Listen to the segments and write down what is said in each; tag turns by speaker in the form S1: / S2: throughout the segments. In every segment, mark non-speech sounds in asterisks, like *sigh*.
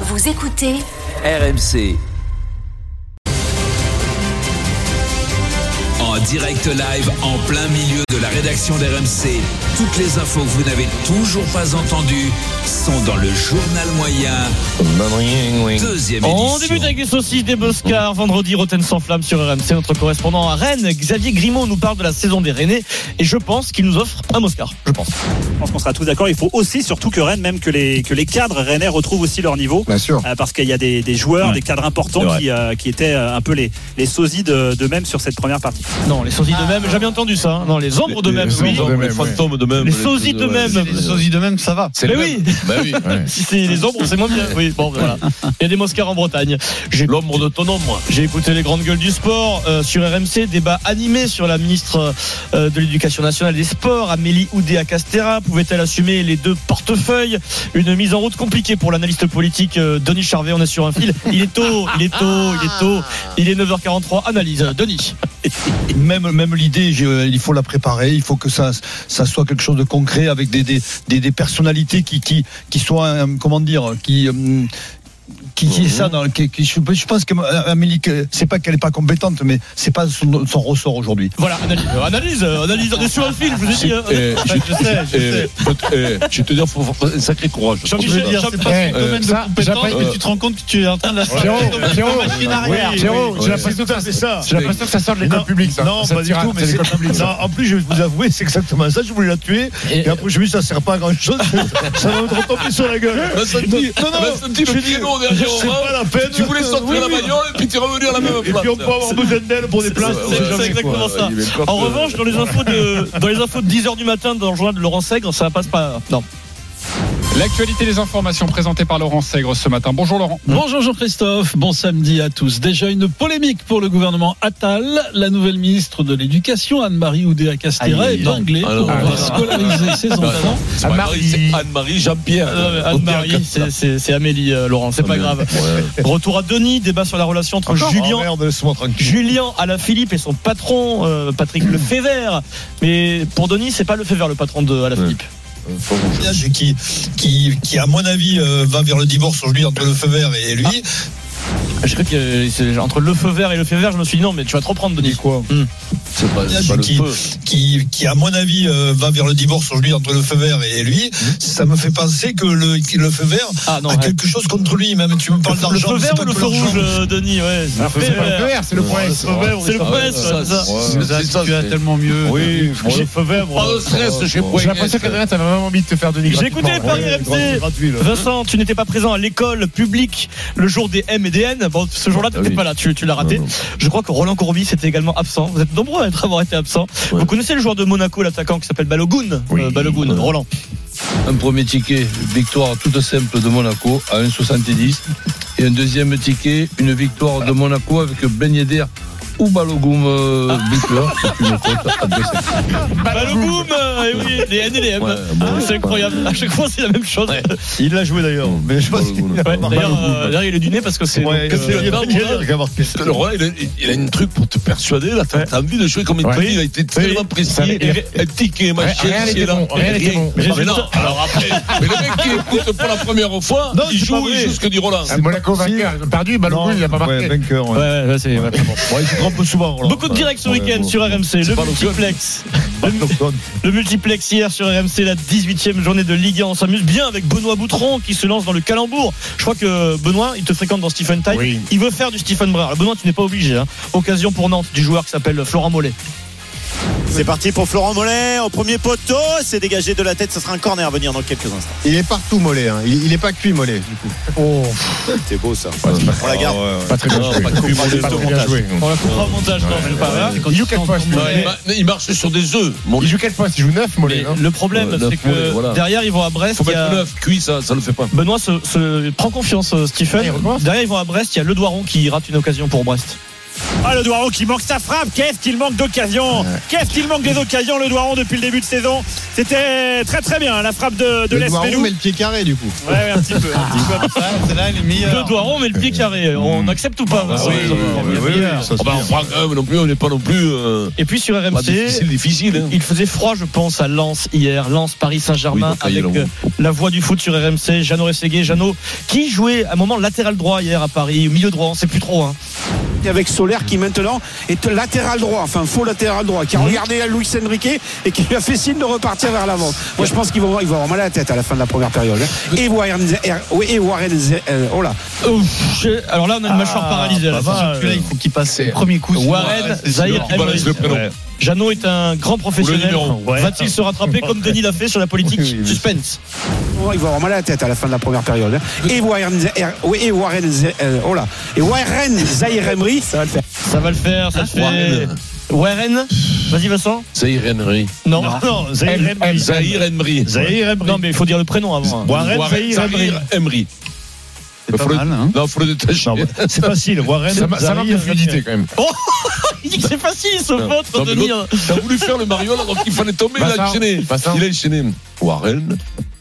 S1: Vous écoutez
S2: RMC. En direct live, en plein milieu de la rédaction d'RMC, toutes les infos que vous n'avez toujours pas entendues sont dans le journal moyen. Deuxième
S3: On
S2: édition.
S3: débute avec des saucisses, des boscards. Vendredi, Roten sans flamme sur RMC. Notre correspondant à Rennes, Xavier Grimaud, nous parle de la saison des Rennais. Et je pense qu'il nous offre un Moscard. Je pense.
S4: Je pense qu'on sera tous d'accord. Il faut aussi, surtout que Rennes, même que les, que les cadres rennais retrouvent aussi leur niveau.
S5: Bien sûr.
S4: Euh, parce qu'il y a des, des joueurs,
S3: Ouais.
S4: des cadres importants qui, euh, qui étaient euh, un peu les, les sosies de- d'eux-mêmes sur cette première partie.
S3: Non, les saucisses de même, j'ai bien entendu ça. hein. Non, les ombres de même,
S5: les
S3: oui.
S5: ombres de même,
S3: fantômes de même. Les sosies de même.
S6: Les sosies de même, ça va.
S5: C'est
S3: Mais
S5: le
S3: oui,
S5: Bah oui.
S3: *laughs* si c'est les ombres, c'est moins bien. Oui, bon, ben voilà. Il y a des Moscards en Bretagne. L'ombre de ton ombre. J'ai écouté les grandes gueules du sport euh, sur RMC. Débat animé sur la ministre euh, de l'Éducation nationale et des Sports, Amélie Oudéa-Castera. Pouvait-elle assumer les deux portefeuilles Une mise en route compliquée pour l'analyste politique euh, Denis Charvet. On est sur un fil. Il est tôt, il est tôt, il est tôt. Il est 9h43. Analyse. euh, Denis.
S6: Même, même l'idée, je- il faut la préparer. Il faut que ça, ça soit quelque chose de concret avec des, des, des, des personnalités qui, qui, qui soient, euh, comment dire, qui. euh, qui, qui est
S3: Mhm.
S6: ça dans, qui, qui- je, je pense que euh, Amélie que- c'est pas qu'elle est pas compétente mais c'est pas son, son ressort aujourd'hui
S3: Voilà, analyse. Euh, Analyse. euh, Analyse. On est sur un fil, je vous ai dit. hein.
S7: Eh, je,
S3: Ouais, je sais, je
S7: eh,
S3: sais.
S7: faut-
S8: euh,
S7: eh, je vais te dire, faut, faut- faut- un sacré courage.
S3: Jean-Michel,
S7: Faut-
S3: c'est pas
S7: ton domaine de
S3: compétence,
S7: mais tu
S3: te rends compte que tu es en train de la
S8: J'ai l'impression que ça, c'est ça. J'ai l'impression que ça sort de l'école publique, ça. Non, pas du tout, mais c'est Non, En plus, je vais vous avouer, c'est exactement ça. Je voulais la tuer. Et après, je me suis dit, ça sert pas à grand chose. Ça va me retomber sur la gueule.
S7: Bah, ça te dit-
S8: Non, non,
S7: bah, ça te dit,
S8: je
S7: le
S8: dis,
S7: pied-long derrière
S8: c'est
S7: au bras,
S8: pas la peine.
S7: Tu voulais sortir
S8: Oui,
S7: la
S8: oui.
S7: bagnole et puis t'es revenu à la même
S8: Et
S7: place.
S8: puis, on peut avoir besoin d'elle pour des places. on sait
S3: C'est
S8: jamais, quoi.
S3: exactement ça. En revanche, dans les infos de, dans les infos de 10h du matin dans le journal de Laurent Sègre, ça passe pas. Non.
S9: L'actualité des informations présentées par Laurent Sègre ce matin. Bonjour Laurent.
S3: Mm.
S10: Bonjour Jean-Christophe, bon samedi à tous. Déjà une polémique pour le gouvernement Attal. La nouvelle ministre de l'Éducation, Anne-Marie Oudéa-Castera, est cinglée
S7: Ah,
S10: pour
S7: non.
S10: avoir scolarisé
S3: *laughs*
S10: ses
S3: Bah
S10: enfants.
S7: C'est pas Marie, c'est Anne-Marie, Jean-Pierre.
S8: Ah,
S3: Euh, Anne-Marie, c'est- c'est c'est Amélie, euh, Laurent, c'est pas grave. Ah, Retour à Denis, débat sur la relation entre
S8: Encore
S3: Julien.
S8: Oh, merde, laisse-moi tranquille.
S3: Julien Alaphilippe et son patron euh, Patrick Lefebvre. Mais pour Denis, c'est pas Lefebvre le patron de Alaphilippe.
S6: mariage qui, qui, qui, à mon avis, euh, va vers le divorce aujourd'hui entre le feu vert et lui.
S3: Ah, Je crois que euh, c'est- entre Lefebvre et Lefebvre, je me suis dit non, mais tu vas trop prendre Denis. Hmm. quoi
S7: C'est pas, c'est
S6: mariage
S7: pas
S3: bah,
S7: le
S6: qui,
S7: feu.
S6: qui, qui, à mon avis, euh, va vers le divorce aujourd'hui entre le feu vert et lui.
S3: Hmm.
S6: Ça me fait penser que le, que le feu vert
S3: Ah non.
S6: a
S3: ouais.
S6: quelque chose contre lui. Même tu me parles
S3: Le
S6: d'argent.
S3: feu
S6: mais c'est
S3: vert
S6: pas
S3: ou le
S6: que
S3: feu
S6: l'argent.
S3: rouge, euh, Denis ouais, c'est le feu vert.
S8: c'est le problème.
S3: C'est le presse,
S7: ça,
S3: ouais, c'est ça.
S7: c'est- c'est ça,
S10: Tu as
S7: c'est-
S10: tellement mieux.
S7: Oui,
S8: J'ai feu vert, moi.
S7: pas de stress chez moi.
S8: J'ai l'impression qu'Adrien, t'avais vraiment envie de te faire de
S3: J'ai écouté les paris RMC.
S8: gratuit, là.
S3: Vincent, tu n'étais pas présent à l'école publique le jour des M et des N. Bon, ce jour-là, tu
S7: Ah
S3: n'étais
S7: oui.
S3: pas là, tu, tu l'as raté.
S7: Non, non.
S3: Je crois que Roland Courbis était également absent. Vous êtes nombreux à être- avoir été absent.
S7: Ouais.
S3: Vous connaissez le joueur de Monaco, l'attaquant qui s'appelle Balogun
S7: Oui.
S3: Euh, Balogun,
S7: Ouais.
S3: Roland.
S7: Un premier ticket, victoire toute simple de Monaco à 1,70. Et un deuxième ticket, une victoire de Monaco avec Ben Yedder ou Balogoum euh,
S3: Ah.
S7: buteur. C'est une cote à 2,50.
S3: Balogun, euh, eh oui, les N et les M. Ah,
S7: Ouais, bon,
S3: c'est incroyable. À chaque fois, c'est la même chose.
S7: Ouais.
S8: Il l'a joué d'ailleurs. Mais je pense qu'il
S7: Balogun,
S3: Ouais,
S8: Balogun.
S3: D'ailleurs, euh, d'ailleurs, il est du nez parce que c'est.
S8: Ouais,
S3: donc,
S8: c'est
S3: euh,
S8: le dernier qui a marqué.
S7: Le roi, il a, il a une truc pour te persuader. Là, t'as t'as envie de jouer comme une
S8: Ouais.
S7: truie. Il a été tellement précis. Un ticket, machin,
S8: rien
S7: c'est
S8: n'était
S7: là.
S8: bon, rien n'était bon.
S7: Mais non, alors après, Ah, mais le mec qui écoute pour la première fois,
S3: Non,
S7: il
S3: c'est pas
S7: joue,
S3: vrai.
S7: il joue ce que dit Roland.
S8: Ah, Monaco vainqueur, ils ont perdu, Balogun il n'a pas marqué.
S5: Ouais, vainqueur.
S3: Ouais,
S5: ouais.
S3: ouais, ouais, c'est. ouais.
S8: Bon, il se trompe souvent. Roland.
S3: Beaucoup de directs ce
S5: Ouais,
S3: week-end
S5: bon.
S3: sur RMC,
S7: pas
S3: le
S7: le
S3: multiplex.
S5: Stockton.
S3: Le multiplex hier sur RMC, la 18e journée de Ligue 1. On s'amuse bien avec Benoît Boutron qui se lance dans le calembour. Je crois que Benoît, il te fréquente dans Stephen Time.
S8: Oui.
S3: Il veut faire du Stephen Brun. Alors Benoît, tu n'es pas obligé. hein. Occasion pour Nantes du joueur qui s'appelle Florent Mollet.
S11: C'est parti pour Florent Mollet au premier poteau. C'est dégagé de la tête. Ça sera un corner à venir dans quelques instants.
S8: Il est partout, Mollet. hein. Il n'est pas cuit, Mollet, du coup.
S11: C'est beau ça. On la garde.
S8: Pas très bien joué. Pas très bien joué.
S3: On la coupera au montage quand même pas. hein.
S8: Il joue quelle poste
S7: Ouais, il ma- Bah, Il marche sur des œufs. Mon
S8: Il joue quelle poste Il joue 9, Mollet. hein.
S3: Mais le problème,
S7: Ouais,
S3: c'est
S7: neuf
S3: que
S7: points, voilà.
S3: derrière, ils vont à Brest.
S7: faut
S3: il y a-
S7: mettre l'œuf cuit, ça, ça le fait pas.
S3: Benoît se, se- prend confiance, euh, Stephen.
S8: Ah, il recommence
S3: Derrière, ils vont à Brest. Il y a Le Doiron qui rate une occasion pour Brest.
S4: Ah, le Doiron qui manque sa frappe. Qu'est-ce qu'il manque d'occasion Qu'est-ce qu'il manque des occasions, le Doiron, depuis le début de saison C'était très très bien, la frappe de, de
S1: Le Noirot
S4: l'Espelou.
S1: met le pied carré du coup.
S4: Ouais, ouais, un petit peu. un petit peu.
S1: Celle-là, elle est meilleure.
S3: Deux doigts ronds, mais le pied carré. On accepte ou pas Vincent
S7: Ah bah, on prend quand même non plus, on n'est pas non plus. euh,
S3: Et puis sur
S7: pas
S3: RMC,
S7: difficile, difficile. hein.
S3: il faisait froid, je pense, à Lens hier. Lens, Paris Saint-Germain,
S7: Oui, donc,
S3: avec
S7: là,
S3: euh, la voix du foot sur RMC. Jeannot Rességuier, Jeannot, qui jouait à un moment latéral droit hier à Paris, milieu droit, on sait plus trop. hein.
S5: avec Solaire qui maintenant est latéral droit, enfin faux latéral droit,
S1: Mhm.
S5: qui a regardé à Luis Enrique et qui lui a fait signe de repartir vers l'avant. Moi je pense qu'ils vont avoir- ils vont avoir mal à la tête à la fin de la première période. hein. Et Warren, et Warren, euh, oh là,
S3: Ouf, j'ai- alors là, on a une mâchoire paralysée. là,
S8: pas
S3: c'est sûr.
S8: mal.
S1: Celui-là, il faut qu'il passe le premier coup. sur-
S3: Ah, Warren
S1: c'est
S3: Zahir
S7: qui balance le prénom.
S3: Ouais. Jeannot est un grand professionnel. Va-t-il se rattraper *laughs* comme Denis l'a fait sur la politique Suspense.
S5: oh, ils vont avoir mal à la tête à la fin de la première période. hein. Et Warren, et Warren, euh, oh là, et Warren Zahir Emery, ça va le faire.
S3: Ça va le faire, ça le fait.
S7: Warren.
S3: Warren Vas-y Vincent
S7: Zahir Emery.
S3: Non,
S8: Non.
S3: non,
S8: Zahir Emery.
S7: Zahir Emery.
S8: Zahir Emery.
S3: Non, mais il faut dire le prénom avant. hein.
S8: Warren
S7: Warren
S8: Zahir Emery.
S7: Zahir Emery.
S1: pas
S7: Faut le-
S1: mal, hein.
S7: Non, faut le détacher.
S8: Non, bah,
S7: *laughs*
S8: C'est facile, Warren.
S6: Ça
S8: m'a de fluidité.
S3: Il dit que c'est facile, ce
S7: Non.
S3: vôtre,
S7: Non, mais
S3: Denis. hein.
S7: l'autre, *laughs* T'as voulu faire le mariole alors qu'il fallait tomber, il a
S9: Vincent,
S7: enchaîné.
S9: Vincent.
S7: Il a enchaîné. Warren,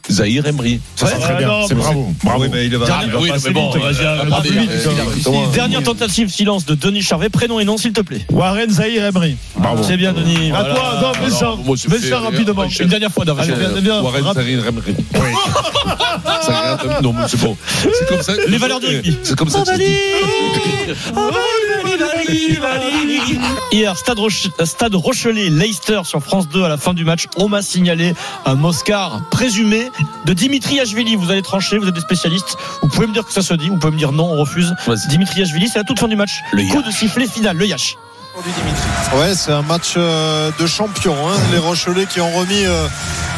S7: Zahir Emery.
S8: Ça, c'est très bien. C'est bravo. Bravo.
S6: mais il va-
S7: Ah,
S6: il
S7: oui,
S6: va
S7: mais
S6: passer
S7: bon,
S6: vite, vas-y,
S7: euh,
S6: va plus
S7: attendez,
S6: vite,
S7: euh,
S6: quand même.
S3: Dernière tentative silence de Denis Charvet. Prénom et nom, s'il te plaît.
S8: Warren Zahir Emery.
S3: C'est bien, Denis.
S8: À
S3: Voilà.
S8: toi, non, mais ça,
S7: moi, je
S8: mais
S7: fais
S8: ça
S7: rien.
S8: rapidement.
S7: Je-
S3: Une dernière fois, Darvin.
S7: Allez,
S8: viens,
S7: euh,
S8: viens,
S7: Warren,
S8: rap-
S7: Zahir Emery. *laughs* Zahir Emery. Non, mais c'est bon. C'est comme ça.
S3: Les valeurs du rugby.
S7: C'est comme ça. que ça se dit.
S3: Hier, Stade, Roche- Stade Rochelet, Leicester sur France 2 à la fin du match. On m'a signalé un Moscar présumé de Dimitri Ashvili. Vous allez trancher, vous êtes des spécialistes. Vous pouvez me dire que ça se dit, vous pouvez me dire non, on refuse.
S7: Vas-y.
S3: Dimitri Ashvili, c'est la toute fin du match.
S7: Le
S3: Coup de sifflet final, le Yash.
S1: Ouais, c'est un match euh, de champion. hein. Les Rochelais qui ont remis euh,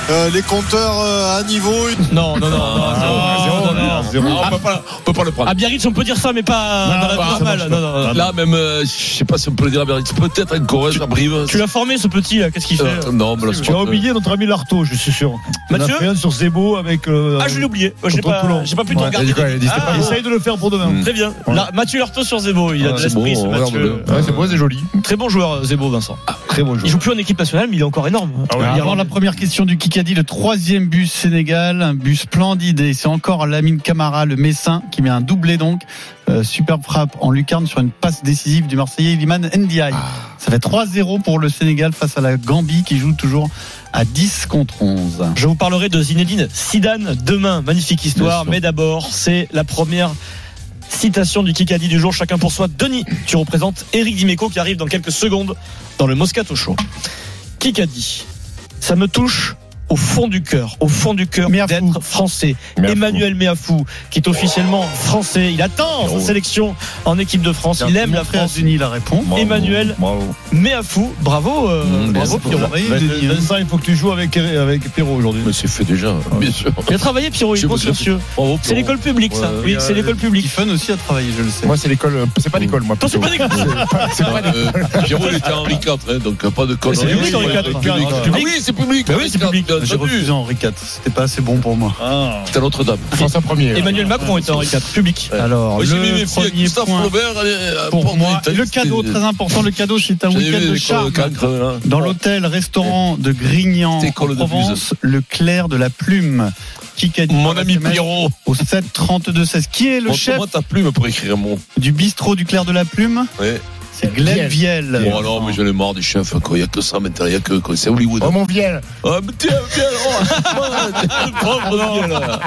S1: euh, les compteurs euh, à niveau.
S3: Non, non, non, non, non, non, non.
S7: Ah, on peut pas- on peut pas le prendre.
S3: À Biarritz, on peut dire ça, mais pas dans la vie
S7: bah,
S3: normale. Non, non, non.
S7: Là, même, euh, je sais pas si on peut le dire à Biarritz, peut-être à Corrèze, à Brive.
S3: Tu l'as formé, ce petit, là, qu'est-ce qu'il fait
S7: Euh, non, mais là, c'est
S8: Tu as
S7: pas-
S8: oublié notre ami Larto, je suis sûr.
S3: Mathieu
S8: On a fait un sur Zebo avec. euh,
S3: Ah, je l'ai oublié. Moi, J'ai
S8: Contre
S3: pas,
S8: Toulon.
S3: j'ai pas pu te
S8: Ouais.
S3: regarder. Ah,
S8: Ah, Essaye de le faire pour demain.
S3: Très bien.
S8: Ouais.
S3: Là, Mathieu Lartaud sur Zebo, il a de
S7: Ah, c'est
S3: l'esprit,
S7: bon,
S3: ce Mathieu.
S7: regarde-le.
S6: c'est beau, c'est joli.
S3: Très bon joueur, Zebo, Vincent.
S6: Très beau
S3: Il
S6: jeu.
S3: joue plus en équipe nationale, mais il est encore énorme.
S8: Ah ouais,
S3: Il y a
S8: avant
S3: vraiment
S8: la
S3: la-
S1: La première question du Kikadi, le troisième bus Sénégal, un bus splendide et c'est encore Lamine Camara, le Messin, qui met un doublé donc, Euh, superbe frappe en lucarne sur une passe décisive du Marseillais Iliman Ndiaye. Ça fait 3-0 pour le Sénégal face à la Gambie qui joue toujours à 10 contre 11.
S3: Je vous parlerai de Zinedine Zidane demain. Magnifique histoire.
S7: Bien sûr.
S3: Mais d'abord, c'est la première citation du Kikadi du jour. Chacun pour soi. Denis, tu représentes Eric Dimeco qui arrive dans quelques secondes dans le Moscato Show. Kikadi, ça me touche au fond du cœur, au fond du cœur
S1: Meafou.
S3: d'être français. Emmanuel Meafou, qui est officiellement français. Il attend sa sélection en équipe de France. Il aime la France.
S1: États-Unis la réponse.
S3: Emmanuel Meafou, bravo, euh,
S7: Mmh,
S3: bravo
S7: merci.
S3: Pierrot.
S1: Bah,
S8: Vincent, il faut que tu joues avec, avec Perrault aujourd'hui.
S7: Mais c'est fait déjà, bien sûr.
S3: Il a travaillé Pierrot, il
S7: Je
S3: est bon
S7: vous ai fait-
S3: monsieur.
S7: Bravo,
S3: C'est l'école publique, ça.
S7: Ouais,
S3: Oui,
S7: euh,
S3: c'est l'école publique.
S1: Fun aussi à travailler, je le sais.
S8: Moi, c'est l'école. euh, C'est pas l'école, moi.
S3: Toi, c'est pas des
S7: Pierrot. Euh, Pierrot, il était Henri IV, hein, donc euh, pas de conneries.
S3: c'est public,
S7: Ouais,
S3: Henri IV.
S7: public. Ah
S1: hein.
S3: Public.
S7: oui, c'est public.
S3: Bah oui, c'est public.
S7: bien
S1: J'ai
S7: entendu.
S1: refusé Henri IV, c'était pas assez bon pour moi.
S7: C'était à Notre-Dame.
S8: François 1er.
S3: Emmanuel Macron était Henri IV, public.
S1: Alors,
S7: Oui, j'ai mis
S1: Ah, le
S7: mes filles à
S1: premier
S7: Gustave
S1: point
S7: Flaubert. allez, euh,
S1: pour
S7: Porte
S1: moi,
S7: d'Italie,
S1: le cadeau
S7: c'était-
S1: très important, le cadeau c'est un
S7: J'avais
S1: week-end
S7: vu
S1: de
S7: les
S1: charme.
S7: cancres, hein. là.
S1: Dans l'hôtel-restaurant de Grignan,
S7: C'était
S1: en
S7: école de
S1: Provence, le clair de la plume. Qui a dit
S7: Mon
S1: par
S7: ami
S1: SMS
S7: Pierrot.
S1: Au 7 32 16. Qui est le chef
S7: Montre-moi ta plume pour écrire un mot.
S1: du bistrot du clair de la plume
S7: Ouais.
S1: C'est Glenn Vielle.
S7: Bon, alors, mais j'en ai marre des chefs. quoi. Il n'y a que ça maintenant. Il n'y a que. quoi. C'est
S1: Oh.
S7: Hollywood.
S8: mon Oh, vieil
S1: *laughs*
S7: Ah, mais tiens, viens, oh, le pauvre, non, là.